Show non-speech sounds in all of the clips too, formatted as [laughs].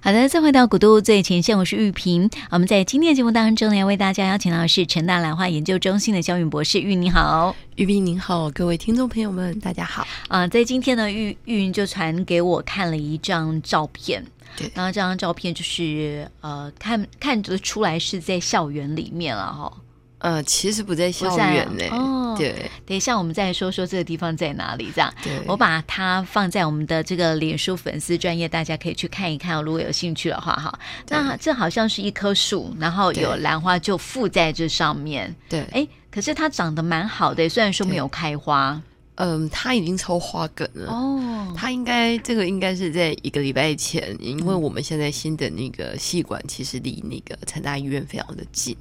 好的，再回到古都最前线，我是玉萍。我们在今天的节目当中呢，为大家邀请到的是成大兰花研究中心的肖允博士，玉你好。玉斌您好，各位听众朋友们，大家好。啊、在今天呢，玉玉云就传给我看了一张照片，对然后这张照片就是呃，看看得出来是在校园里面了哈、呃，其实不在啊校园呢、哦对等一下我们再说说这个地方在哪里，这样。对，我把它放在我们的这个脸书粉丝专业，大家可以去看一看哦、如果有兴趣的话哈。对那这好像是一棵树，然后有对兰花就附在这上面。对，哎，可是它长得蛮好的，虽然说对没有开花嗯、它已经抽花梗了。哦。它应该这个应该是在一个礼拜前，因为我们现在新的那个戏馆其实离那个成大医院非常的近。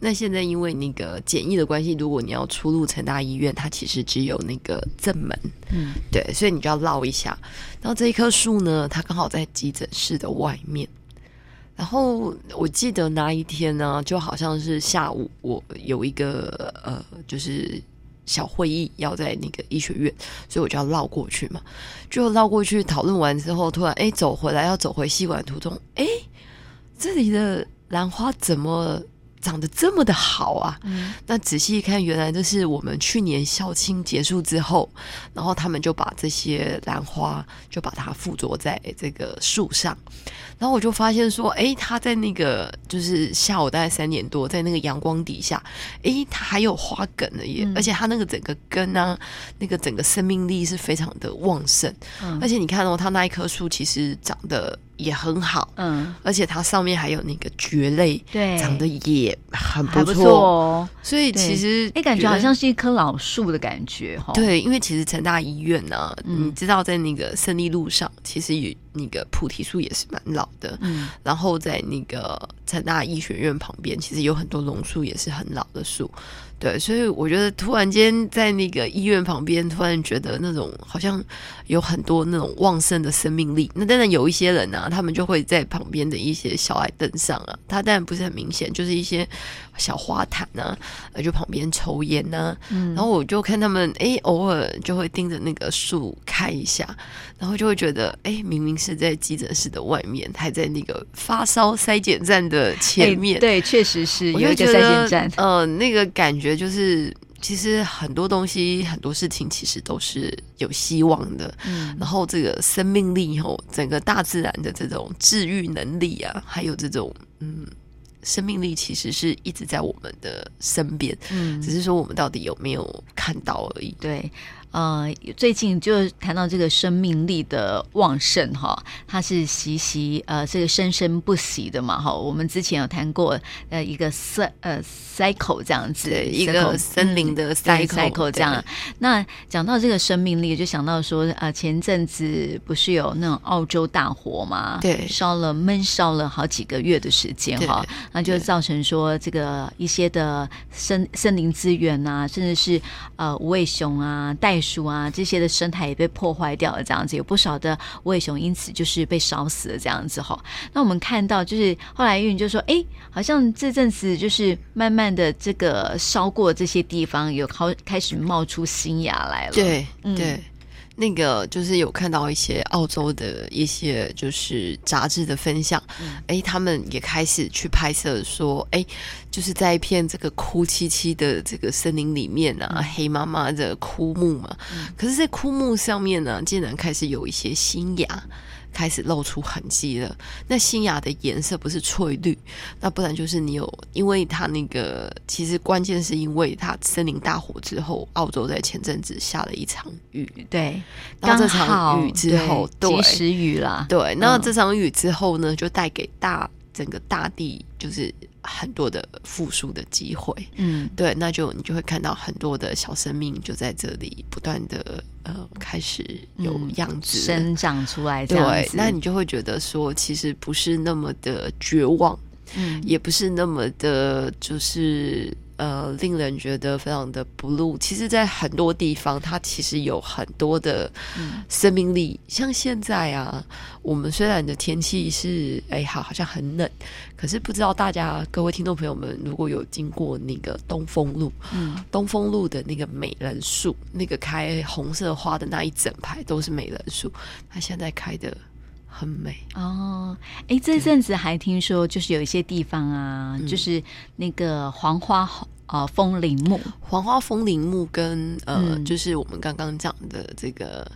那现在因为那个检疫的关系，如果你要出入成大医院，它其实只有那个正门，嗯，对，所以你就要绕一下。然后这一棵树呢，它刚好在急诊室的外面。然后我记得那一天呢、就好像是下午，我有一个呃，就是小会议要在那个医学院，所以我就要绕过去嘛。就绕过去讨论完之后，突然哎走回来要走回西馆途中，哎，这里的兰花怎么长得这么的好啊？嗯那仔细一看，原来这是我们去年校庆结束之后，然后他们就把这些兰花就把它附着在这个树上，然后我就发现说，诶，它在那个就是下午大概三点多，在那个阳光底下，诶，它还有花梗了耶，嗯而且它那个整个根啊，那个整个生命力是非常的旺盛，嗯而且你看哦，它那一棵树其实长得也很好，嗯，而且它上面还有那个蕨类。对，长得也很还不错，错哦。所以对其实哎，感觉得好像是一棵老树的感觉哈、哦。，对，因为其实成大医院呢、嗯你知道在那个胜利路上，其实有那个菩提树也是蛮老的，嗯然后在那个成大医学院旁边，其实有很多榕树也是很老的树，对，所以我觉得突然间在那个医院旁边，突然觉得那种好像有很多那种旺盛的生命力。那当然有一些人呢、啊，他们就会在旁边的一些小矮凳上啊，它当然不是很明显，就是一些小花坛啊，呃就旁边抽烟啊呐、嗯，然后我就看他们，哎，偶尔就会盯着那个树看一下，然后就会觉得，哎，明明是在急诊室的外面，还在那个发烧筛检站的前面，哎对，确实是我有就一个觉三得线站。呃，那个感觉就是，其实很多东西、很多事情其实都是有希望的。嗯然后这个生命力吼，整个大自然的这种治愈能力啊，还有这种嗯生命力，其实是一直在我们的身边。嗯只是说我们到底有没有看到而已。对，呃，最近就谈到这个生命力的旺盛哈，它是习习呃这个生生不息的嘛哈。我们之前有谈过呃一个 cy 呃 cycle 这样子，对，一个 cycle 森林的对 cycle, cycle 这样。那讲到这个生命力，就想到说，呃，前阵子不是有那种澳洲大火嘛，对烧了闷烧了好几个月的时间哈对，那就造成说这个一些的森森林资源啊，甚至是呃无尾熊啊、袋鼠啊这些的生态也被破坏掉了，这样子有不少的无尾熊因此就是被烧死了这样子哈。那我们看到就是后来云就说，哎，好像这阵子就是慢慢的这个烧过这些地方有好开始冒出新芽来了，，对嗯对对，那个就是有看到一些澳洲的一些就是杂志的分享，哎、他们也开始去拍摄说，哎，就是在一片这个哭漆漆的这个森林里面啊，黑麻麻的枯木嘛，可是，在枯木上面呢，竟然开始有一些新芽。开始露出痕迹了。那新芽的颜色不是翠绿，那不然就是你有，因为它那个其实关键是因为它森林大火之后，澳洲在前阵子下了一场雨，对，刚然后这好场雨之后，对及时雨啦，对，那嗯这场雨之后呢，就带给大整个大地就是很多的复苏的机会。嗯。对，那就你就会看到很多的小生命就在这里不断的呃开始有嗯样子了，生长出来这样对子，，那你就会觉得说，其实不是那么的绝望，嗯也不是那么的，就是呃，令人觉得非常的 blue。其实，在很多地方，它其实有很多的嗯生命力。像现在啊，我们虽然的天气是哎好，好像很冷，可是不知道大家各位听众朋友们，如果有经过那个东风路，嗯东风路的那个美人树，那个开红色花的那一整排都是美人树，它现在开的很美。哦，哎，这阵子还听说，就是有一些地方啊，嗯就是那个黄花呃风铃木，黄花风铃木跟呃，嗯就是我们刚刚讲的这个。呃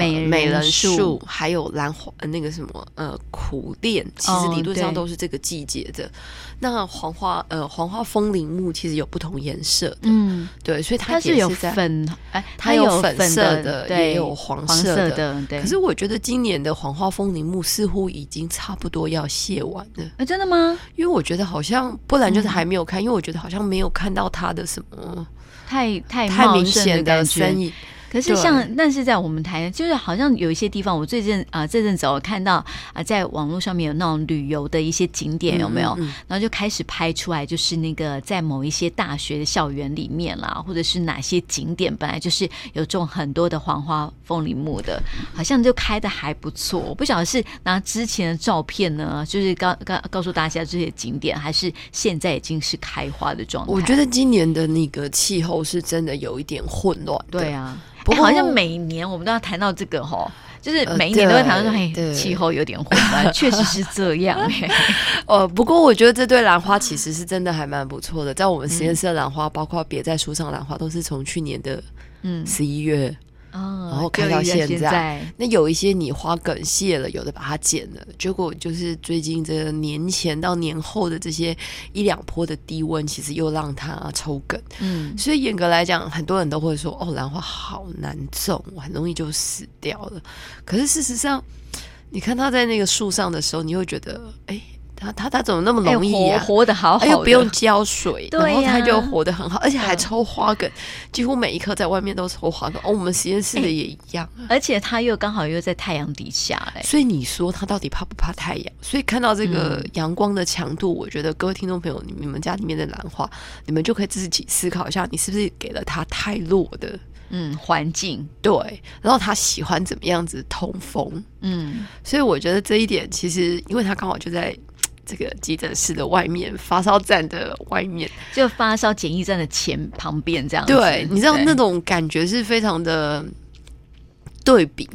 美人美人树树，还有兰花，呃那个什么，呃，苦楝，其实哦理论上对都是这个季节的。那黄花，呃，黄花风铃木其实有不同颜色的，嗯，对，所以它它是也有在粉，哎，它有有粉粉色的，的对，也有黄黄色的的，对。可是我觉得今年的黄花风铃木似乎已经差不多要谢完了，哎，真的吗？因为我觉得好像不然嗯就是还没有看，因为我觉得好像没有看到它的什么太太太茂明盛显感觉生意。可是对像，但是在我们台，就是好像有一些地方，我最近啊、呃这阵子我看到啊、呃在网络上面有那种旅游的一些景点，有没有？嗯嗯然后就开始拍出来，就是那个在某一些大学的校园里面啦，或者是哪些景点本来就是有种很多的黄花风铃木的，好像就开的还不错。我不晓得是拿之前的照片呢，就是告告告诉大家这些景点，还是现在已经是开花的状态。我觉得今年的那个气候是真的有一点混乱。对，啊，不哎过好像每年我们都要谈到这个吼，就是呃每一年都会谈到说，对哎、对气候有点混乱，确实是这样、哎，呃，不过我觉得这对兰花其实是真的还蛮不错的，在我们实验室的兰花，包括别在树上兰花，都是从去年的嗯，十一月。哦然后看到现在那有一些你花梗谢了，有的把它剪了，结果就是最近这年前到年后的这些一两波的低温，其实又让它抽梗。嗯，所以严格来讲，很多人都会说，哦，兰花好难种，很容易就死掉了。可是事实上，你看它在那个树上的时候，你会觉得，哎，它它它怎么那么哎容易啊？活活的好好它的，又不用浇水，对呀然后它就活得很好，而且还嗯抽花梗，几乎每一棵在外面都抽花梗。哦，我们实验室的哎也一样啊。而且它又刚好又在太阳底下、哎，所以你说它到底怕不怕太阳？所以看到这个嗯阳光的强度，我觉得各位听众朋友，你你们家里面的兰花，你们就可以自己思考一下，你是不是给了它太弱的嗯，环境，对，然后它喜欢怎么样子通风？嗯，所以我觉得这一点其实，因为它刚好就在这个急诊室的外面，发烧站的外面，就发烧检疫站的前旁边这样子，对，你知道啊对那种感觉是非常的对比。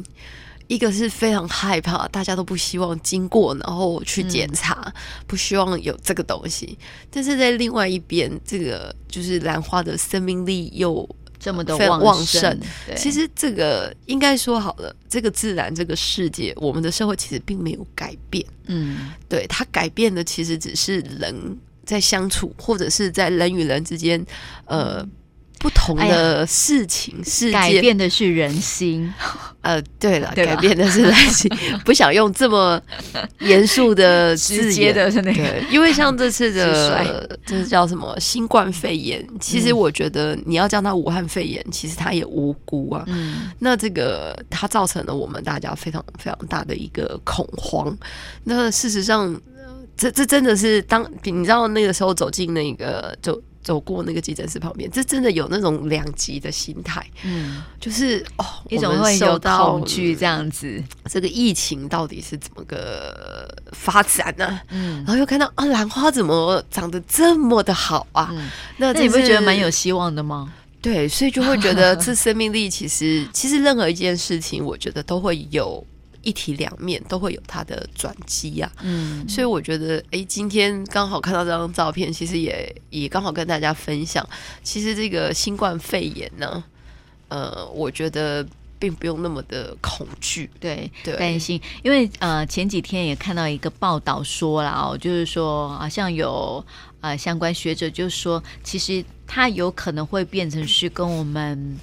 一个是非常害怕，大家都不希望经过，然后去检查，不希望有这个东西。但是在另外一边，这个就是兰花的生命力又这么的非常旺旺盛对，其实这个应该说好了，这个自然这个世界，我们的社会其实并没有改变，嗯，对它改变的其实只是人在相处，或者是在人与人之间，呃。不同嗯哎呀的事情、世改界，变的是人心，呃，对了，对吧改变的是人性， [laughs] 不想用这么严肃的直字接眼，的是那个，对，因为像这 [laughs] 次直的，这是叫什么新冠肺炎，其实嗯我觉得你要叫它武汉肺炎，其实它也无辜啊，嗯那这个它造成了我们大家非常非常大的一个恐慌。那事实上，呃这这真的是当你知道那个时候走进那个走走过那个急诊室旁边，这真的有那种两极的心态，嗯，就是哦，一我种们会受有到恐惧这样子，这个疫情到底是怎么个发展呢、嗯然。后又看到啊，兰花怎么长得这么的好啊？嗯那那这你不觉得蛮是有希望的吗？对，所以就会觉 [laughs] 得这生命力其实其实任何一件事情，我觉得都会有一体两面，都会有它的转机呀、啊。嗯，所以我觉得，诶，今天刚好看到这张照片，其实也也刚好跟大家分享，其实这个新冠肺炎呢，呃，我觉得并不用那么的恐惧。对，对担心，因为呃前几天也看到一个报道说啦，哦，就是说好像有呃相关学者就说，其实它有可能会变成是跟我们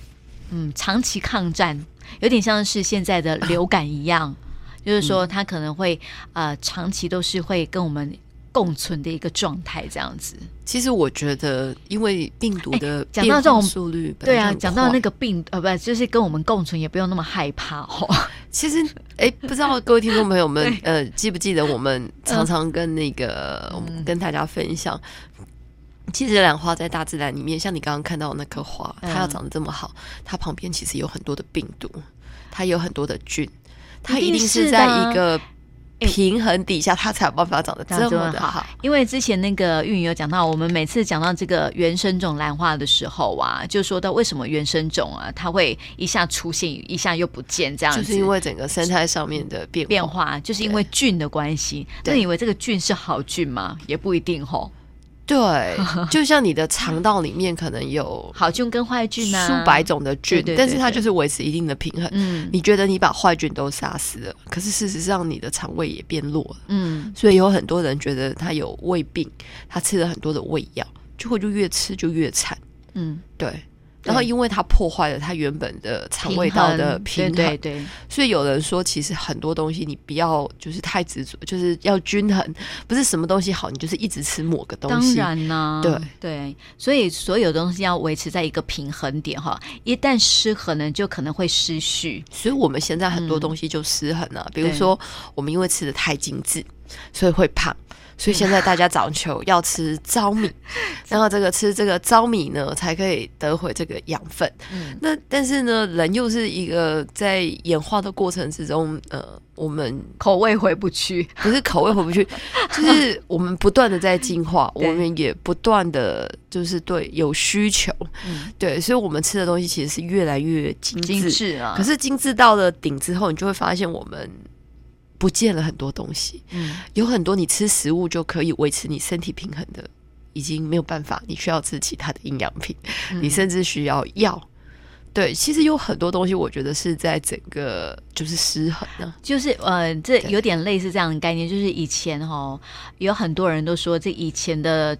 嗯长期抗战，有点像是现在的流感一样，嗯就是说它可能会呃长期都是会跟我们共存的一个状态这样子。其实我觉得，因为病毒的讲到变这种化速率本对来就啊，很讲到快那个病呃不就是跟我们共存，也不用那么害怕哦。其实，哎，不知道各位听众朋友们，呃，记不记得我嗯们常常跟那个、我们跟大家分享，其实兰花在大自然里面，像你刚刚看到的那棵花，嗯它要长得这么好，它旁边其实有很多的病毒，它有很多的菌，它一定定是是的在啊一个平衡底下，它才有办法长得长得这这么么的好好。因为之前那个玉云有讲到，我们每次讲到这个原生种兰花的时候啊，就说到为什么原生种啊，它会一下出现，一下又不见这样子，就是因为整个生态上面的变变化，就是因为菌的关系。那对你以为这个菌是好菌吗？也不一定吼，对，就像你的肠道里面可能有好菌跟坏菌啊，数百，种的菌，对对对但是它对就是维持一定的平衡。嗯你觉得你把坏菌都杀死了，可是事实上你的肠胃也变弱了，嗯，所以有很多人觉得他有胃病，他吃了很多的胃药，结果就越吃就越惨。嗯，对。然后，因为它破坏了它原本的肠胃道的平衡，对对对，所以有人说，其实很多东西你不要就是太执着，就是要均衡，不是什么东西好，你就是一直吃某个东当西。然啦、对对，所以所有东西要维持在一个平衡点哈，一旦失衡呢，就可能会失序。所以我们现在很多东西就失衡了，比如说我们因为吃的太精致，所以会胖。所以现在大家早求要吃糙米，然后这个吃这个糙米呢，才可以得回这个养分。嗯那但是呢，人又是一个在演化的过程之中，呃，我们口味回不去，不是口味回不去，就是我们不断的在进化，我对们也不断的就是对有需求，嗯对，所以我们吃的东西其实是越来越精致。精致啊。可是精致到了顶之后，你就会发现我们不见了很多东西，嗯，有很多你吃食物就可以维持你身体平衡的，已经没有办法，你需要吃其他的营养品，嗯你甚至需要药。对，其实有很多东西，我觉得是在整个就是失衡啊呢、就是呃，这对有点类似这样的概念，就是以前哦，有很多人都说这以前的。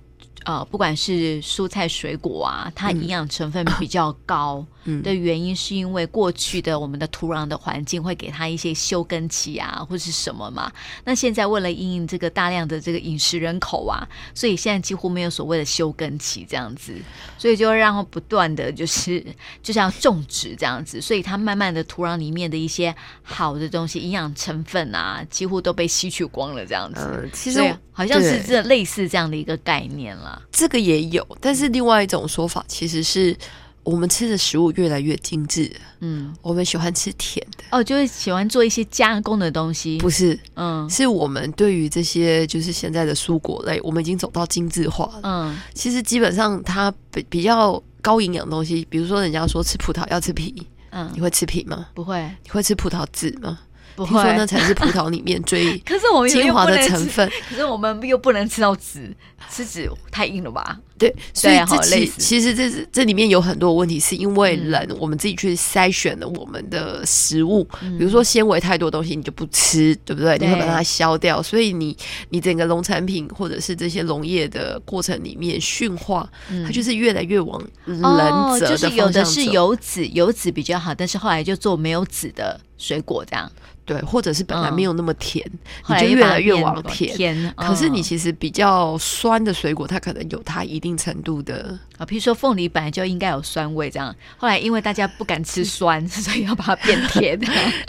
呃，不管是蔬菜水果啊，它营养成分比较高嗯的原因，是因为过去的我们的土壤的环境会给它一些休耕期啊，或是什么嘛。那现在为了因应这个大量的这个饮食人口啊，所以现在几乎没有所谓的休耕期这样子，所以就让它不断的就是 [laughs] 就是要种植这样子，所以它慢慢的土壤里面的一些好的东西、营养成分啊，几乎都被吸取光了这样子。嗯，其所以好像是对这类似这样的一个概念啦。这个也有，但是另外一种说法其实是我们吃的食物越来越精致了，嗯，我们喜欢吃甜的，哦，就会喜欢做一些加工的东西。不是，嗯是我们对于这些就是现在的蔬果类，我们已经走到精致化了。嗯其实基本上它比比较高营养的东西，比如说人家说吃葡萄要吃皮，你嗯，会吃皮吗？不会你会吃葡萄籽吗？不听说那会。才是葡萄里面最可 [laughs] 是我们精又华不的能成吃，分。 [laughs] 可是我们又不能吃到籽，吃籽太硬了吧？对，所以对这好类其似其实这是这里面有很多问题，是因为嗯人、我们自己去筛选了我们的食物，嗯比如说纤维太多东西你就不吃，对不对？对你会把它消掉，所以你你整个农产品或者是这些农业的过程里面驯化，嗯它就是越来越往人哦，者就的是方有向走，的是有籽，有籽比较好，但是后来就做没有籽的水果这样，对，或者是本来嗯没有那么甜，后来你就越把它来越变往得甜。甜可是你嗯其实比较酸的水果，它可能有它一定程度的啊，譬如说凤梨本来就应该有酸味，这样后来因为大家不敢吃酸， [laughs] 所以要把它变 [laughs] 甜。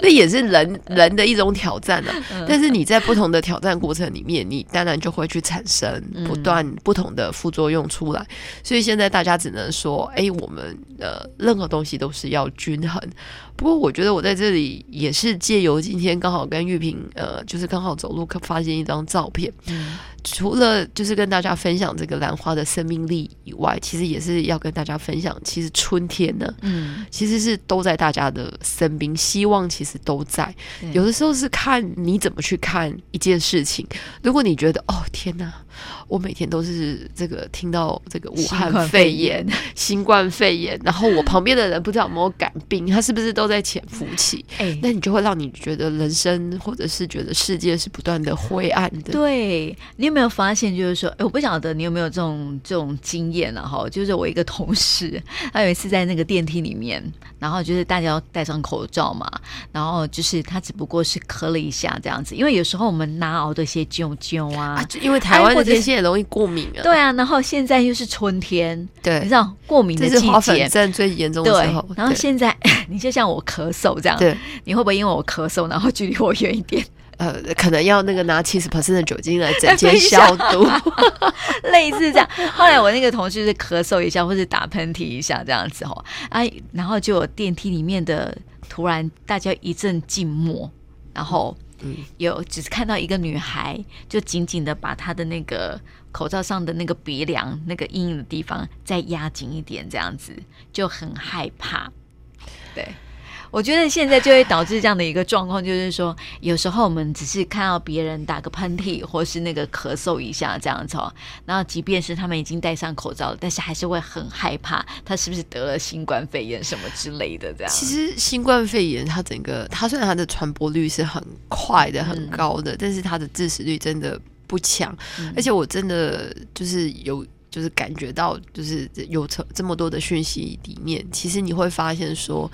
那也是人人的一种挑战呢、但是你在不同的挑战过程里面，你当然就会去产生不断不同的副作用出来。所以现在大家只能说，哎、我们呃任何东西都是要均衡。不过我觉得我在这里也是借由今天刚好跟玉萍呃，就是刚好走路发现一张照片，嗯除了就是跟大家分享这个兰花的生命力以外，其实也是要跟大家分享，其实春天呢， [laughs] 嗯，其实是都在大家的身边，希望其实都在对。有的时候是看你怎么去看一件事情。如果你觉得哦天哪，我每天都是这个听到这个武汉新冠肺肺炎炎、新冠肺炎，然后我旁边的人不知道有没有感病，他是不是都在潜伏期？哎、那你就会让你觉得人生或者是觉得世界是不断的灰暗的。对你有没有发现，就是说，哎，我不晓得你有没有这种这种经验啊？哈，就是我一个同事，他有一次在那个电梯里面，然后就是大家要戴上口罩嘛，然后就是他只不过是咳了一下这样子，因为有时候我们拿熬的一些啾啾啊啊，，就因为台湾哎的或者是天气也容易过敏啊，对啊，然后现在又是春天，你知对，道过敏的这季是花粉节。症最严重对的时候。，然后对现在 [laughs] 你就像我咳嗽这样，对，你会不会因为我咳嗽，然后距离我远一点？呃，可能要那个拿七十 percent 的酒精来整 [laughs] 分间哎一下消毒。 [laughs] 类似这样。后来我那个同事是咳嗽一下，或是打喷嚏一下这样子哦，啊，然后就有电梯里面的突然大家一阵静默，然后嗯有只是看到一个女孩，就紧紧的把她的那个口罩上的那个鼻梁那个阴影的地方再压紧一点，这样子就很害怕。对，我觉得现在就会导致这样的一个状况，就是说，有时候我们只是看到别人打个喷嚏或是那个咳嗽一下这样子哦，然后即便是他们已经戴上口罩了，但是还是会很害怕，他是不是得了新冠肺炎什么之类的这样。其实新冠肺炎它整个，它虽然它的传播率是很快的、很高的，但是它的致死率真的不强，嗯而且我真的就是有。就是感觉到，就是有这这么多的讯息里面，其实你会发现说，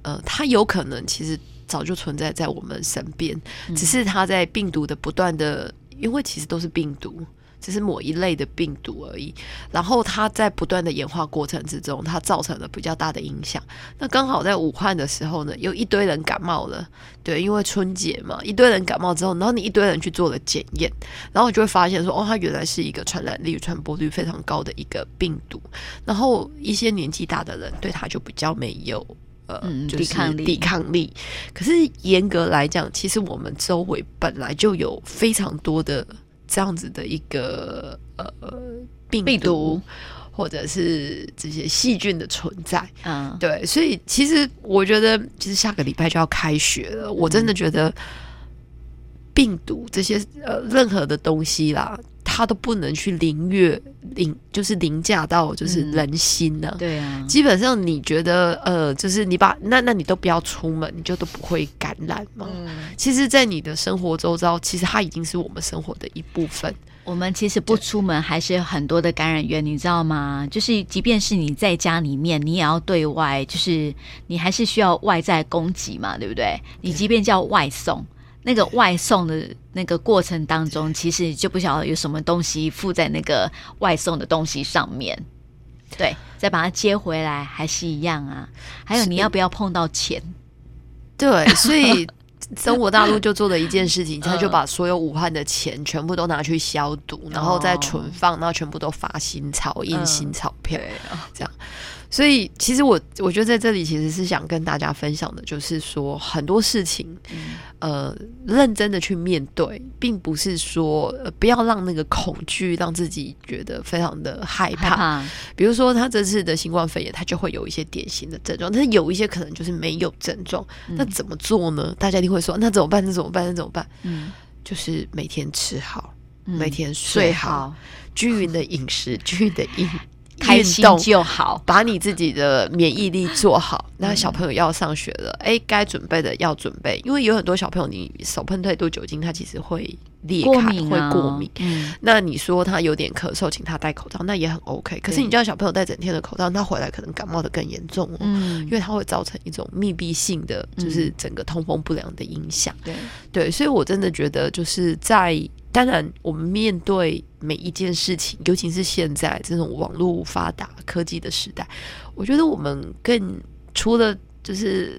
呃，它有可能其实早就存在在我们身边，只是它在病毒的不断的，因为其实都是病毒，只是某一类的病毒而已。然后它在不断的演化过程之中，它造成了比较大的影响。那刚好在武汉的时候呢，有一堆人感冒了，对，因为春节嘛，一堆人感冒之后，然后你一堆人去做了检验，然后你就会发现说，哦，它原来是一个传染力、传播率非常高的一个病毒。然后一些年纪大的人对它就比较没有。呃，嗯就是抵抗力抵抗力。可是严格来讲，其实我们周围本来就有非常多的这样子的一个呃病病毒或者是这些细菌的存在。嗯，对，所以其实我觉得，其实下个礼拜就要开学了，我嗯真的觉得病毒这些呃任何的东西啦，它都不能去凌越凌，就是凌驾到就是嗯人心呢、对啊，基本上你觉得呃，就是你把那那你都不要出门，你就都不会感染吗？嗯，其实，在你的生活周遭，其实它已经是我们生活的一部分。我们其实不出门还是有很多的感染源，你知道吗？就是即便是你在家里面，你也要对外，就是你还是需要外在供给嘛，对不对？你即便叫外送，那个外送的那个过程当中，其实就不晓得有什么东西附在那个外送的东西上面，对，再把它接回来还是一样啊。还有是你要不要碰到钱？对，[laughs] 所以中国大陆就做了一件事情，他就嗯哦把所有武汉的钱全部都拿去消毒，然后再存放，然后全部都发新钞、印嗯新钞票。啊，所以，其实我我觉得在这里其实是想跟大家分享的，就是说很多事情，嗯呃，认真的去面对，并不是说、呃不要让那个恐惧让自己觉得非常的害害怕。怕，比如说他这次的新冠肺炎，他就会有一些典型的症状，但是有一些可能就是没有症状。嗯那怎么做呢？大家一定会说，那怎么办？那怎么办？那怎么办？嗯，就是每天吃好，嗯每天睡睡好，好，均匀的饮食，均匀的饮开运心动。就好。把你自己的免疫力 [laughs] 做好。那小朋友要上学了，哎，该准备的要准备，因为有很多小朋友，你手喷太多酒精，他其实会裂开，过敏、啊、会过敏。嗯，那你说他有点咳嗽，请他戴口罩，那也很 OK。可是你叫小朋友戴整天的口罩，他回来可能感冒的更严重哦，嗯因，为它会造成一种密闭性的，就是整个通风不良的影响。对，对，所以我真的觉得就是在。当然，我们面对每一件事情，尤其是现在这种网络发达、科技的时代，我觉得我们更除了就是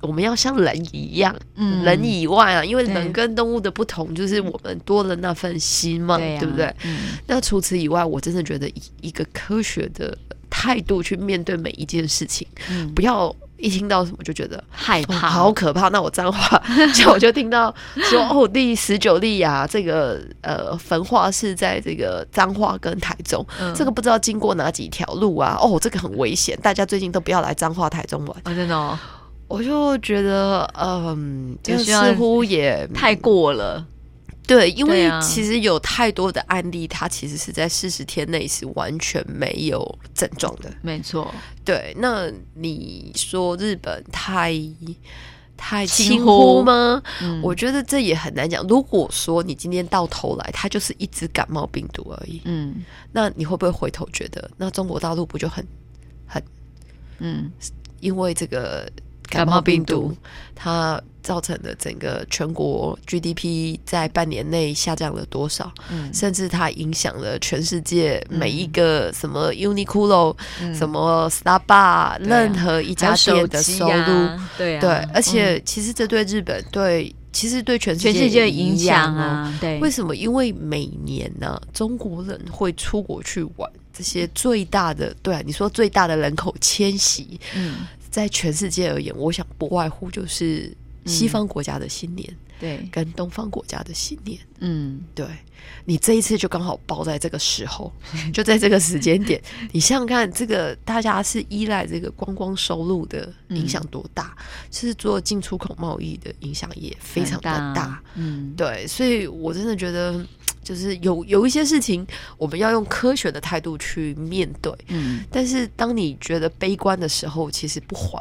我们要像人一样，嗯人以外啊，因为对人跟动物的不同，就是我们多了那份心嘛，对、啊，不对？嗯那除此以外，我真的觉得以一个科学的态度去面对每一件事情，嗯，不要一听到什么就觉得。害哦怕，好可怕！那我脏话，就我就听到说，哦，第十九例啊，这个呃焚化是在这个彰化跟台中，嗯这个不知道经过哪几条路啊，哦，这个很危险，大家最近都不要来彰化、台中玩。哦，真的、哦、我就觉得，嗯，就就是要似乎 [laughs] 也太过了，对，因对为啊其实有太多的案例，它其实是在四十天内是完全没有症状的。没错，对，那你说日本太太轻轻忽忽吗？嗯我觉得这也很难讲。如果说你今天到头来，它就是一只感冒病毒而已，嗯那你会不会回头觉得，那中国大陆不就很嗯，因为这个感感冒冒病病毒毒，它造成的整个全国 GDP 在半年内下降了多少？嗯甚至它影响了全世界每一个什么 Uniqlo、嗯啊什么 Starbucks、任何一还有家店的手收机入。啊对啊，对，而且其实这对日本对，其实对全世全界世界影影响哦。啊，对，为什么？因为每年呢、中国人会出国去玩，这些最大的对、啊、你说最大的人口迁徙，嗯，嗯在全世界而言，我想不外乎就是西方国家的新年，对，跟东方国家的信念。嗯，对你这一次就刚好包在这个时候，就在这个时间点，你想想看，这个大家是依赖这个观光收入的影响多大，其实做进出口贸易的影响也非常的很大。，嗯，对，所以我真的觉得，就是有有一些事情，我们要用科学的态度去面对。嗯，但是当你觉得悲观的时候，其实不还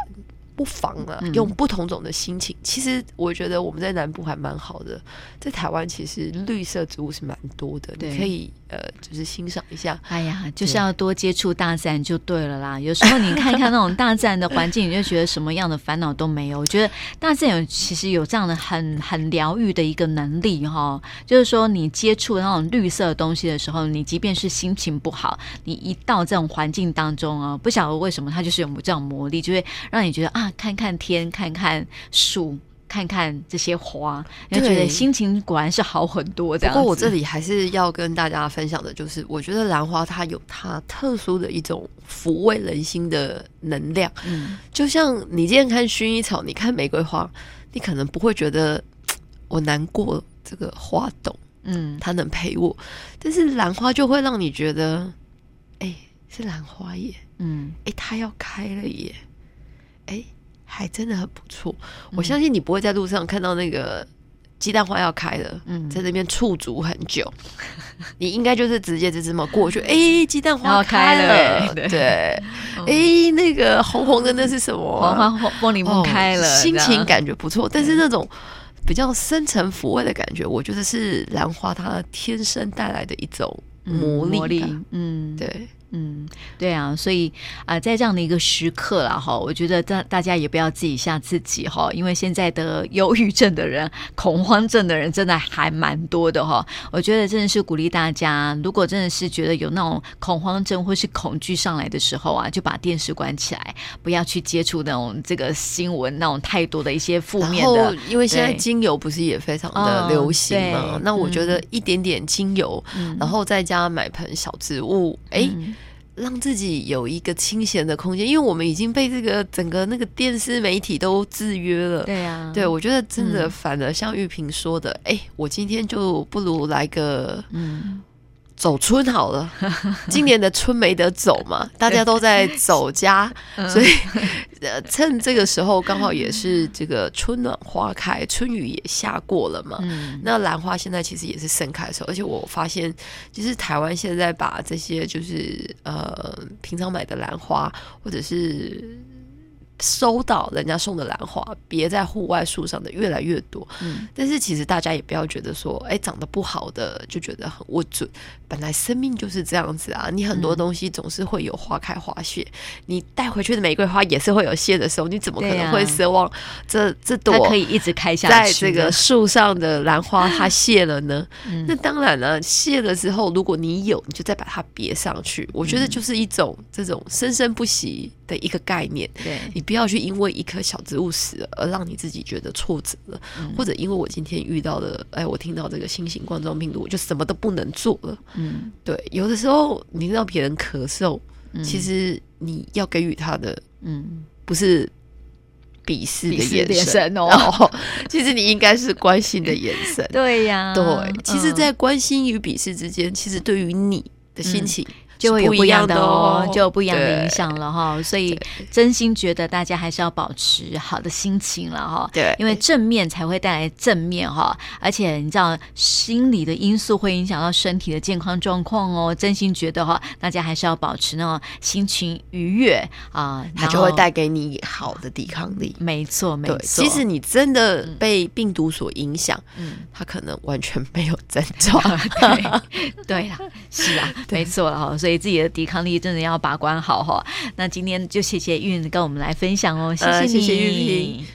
不妨啊，嗯用不同种的心情。其实我觉得我们在南部还蛮好的，在台湾其实绿色植物是蛮多的，对你可以呃，就是欣赏一下。哎呀，就是要多接触大自然就对了啦。有时候你看看那种大自然的环境，你就觉得什么样的烦恼都没有。我觉得大自然有其实有这样的很很疗愈的一个能力哈、就是说你接触那种绿色的东西的时候，你即便是心情不好，你一到这种环境当中啊，不晓得为什么它就是有这种魔力，就会让你觉得啊，看看天，看看树。看看这些花，你就觉得对心情果然是好很多。这样不子，过我这里还是要跟大家分享的，就是我觉得兰花它有它特殊的一种抚慰人心的能量。嗯，就像你今天看薰衣草，你看玫瑰花，你可能不会觉得我难过这个花懂。嗯它能陪我，但是兰花就会让你觉得，哎、是兰花耶，嗯，哎、它要开了耶，哎、还真的很不错。嗯我相信你不会在路上看到那个鸡蛋花要开了，嗯在那边驻足很久， [laughs] 你应该就是直接就这么过去，哎、鸡蛋嗯然花后开了了，对哦对，哎、那个红红的那是什么啊、黄花风铃哦梦开了，心这情样嗯感觉不错，但是那种比较深层抚慰的感觉，我觉得是兰花它天生带来的一种嗯魔力吧。魔力，嗯，对，嗯，对啊，所以啊、在这样的一个时刻了哈，我觉得大大家也不要自己吓自己哈，因为现在的忧郁症的人、恐慌症的人真的还蛮多的哈。我觉得真的是鼓励大家，如果真的是觉得有那种恐慌症或是恐惧上来的时候啊，就把电视关起来，不要去接触那种这个新闻那种太多的一些负然面后的，因为现在对精油不是也非常的嗯流行对嘛，那我觉得一点点精油，嗯然后在家买盆小植物，哎、嗯让自己有一个清闲的空间，因为我们已经被这个整个那个电视媒体都制约了。对啊，对，我觉得真的嗯反而像玉萍说的，哎、我今天就不如来个嗯，走春好了，今年的春没得走嘛，大家都在走家， [laughs] 嗯所以呃，趁这个时候刚好也是这个春暖花开，春雨也下过了嘛。嗯那兰花现在其实也是盛开的时候，而且我发现，就是台湾现在把这些就是呃平常买的兰花，或者是收到人家送的兰花，别在户外树上的越来越多。嗯但是其实大家也不要觉得说，哎，长得不好的就觉得很龌龊。本来生命就是这样子啊，你很嗯多东西总是会有花开花谢，你带回去的玫瑰花也是会有谢的时候，你怎么可对能啊会奢望这、这朵它可以一直开下在去，这个树上的兰花它谢了呢？嗯那当然了，谢了之后，如果你有，你就再把它别上去。我嗯觉得就是一种这种生生不息的一个概念。对，你不要去因为一棵小植物死了而让你自己觉得挫折了，嗯或者因为我今天遇到了，哎，我听到这个新型冠状病毒，我就什么都不能做了。 [laughs] 嗯对，有的时候你听到别人咳嗽，嗯其实你要给予他的嗯，不是鄙视的鄙视眼眼神哦。[laughs] 哦，其实你应该是关心的眼神对呀、对，其实，嗯在关心与鄙视之间，其实对于你的心情嗯就会有不不一样的哦哦，，就有不一样的影对。响了哈。所以，真心觉得大家还是要保持好的心情了哈。对，因为正面才会带来正面哈，而且你知道心理的因素会影响到身体的健康状况哦。真心觉得哈，大家还是要保持那种心情愉悦啊，它然就会后带给你好的抵抗力。嗯没错没对，错，即使你真的被病毒所影响，嗯它可能完全没有症状。 [laughs] 对对啦， [laughs] 是啊，没错了哈，所以自己的抵抗力真的要把关好哈。那今天就谢谢韵跟我们来分享哦，谢呃你，谢谢韵萍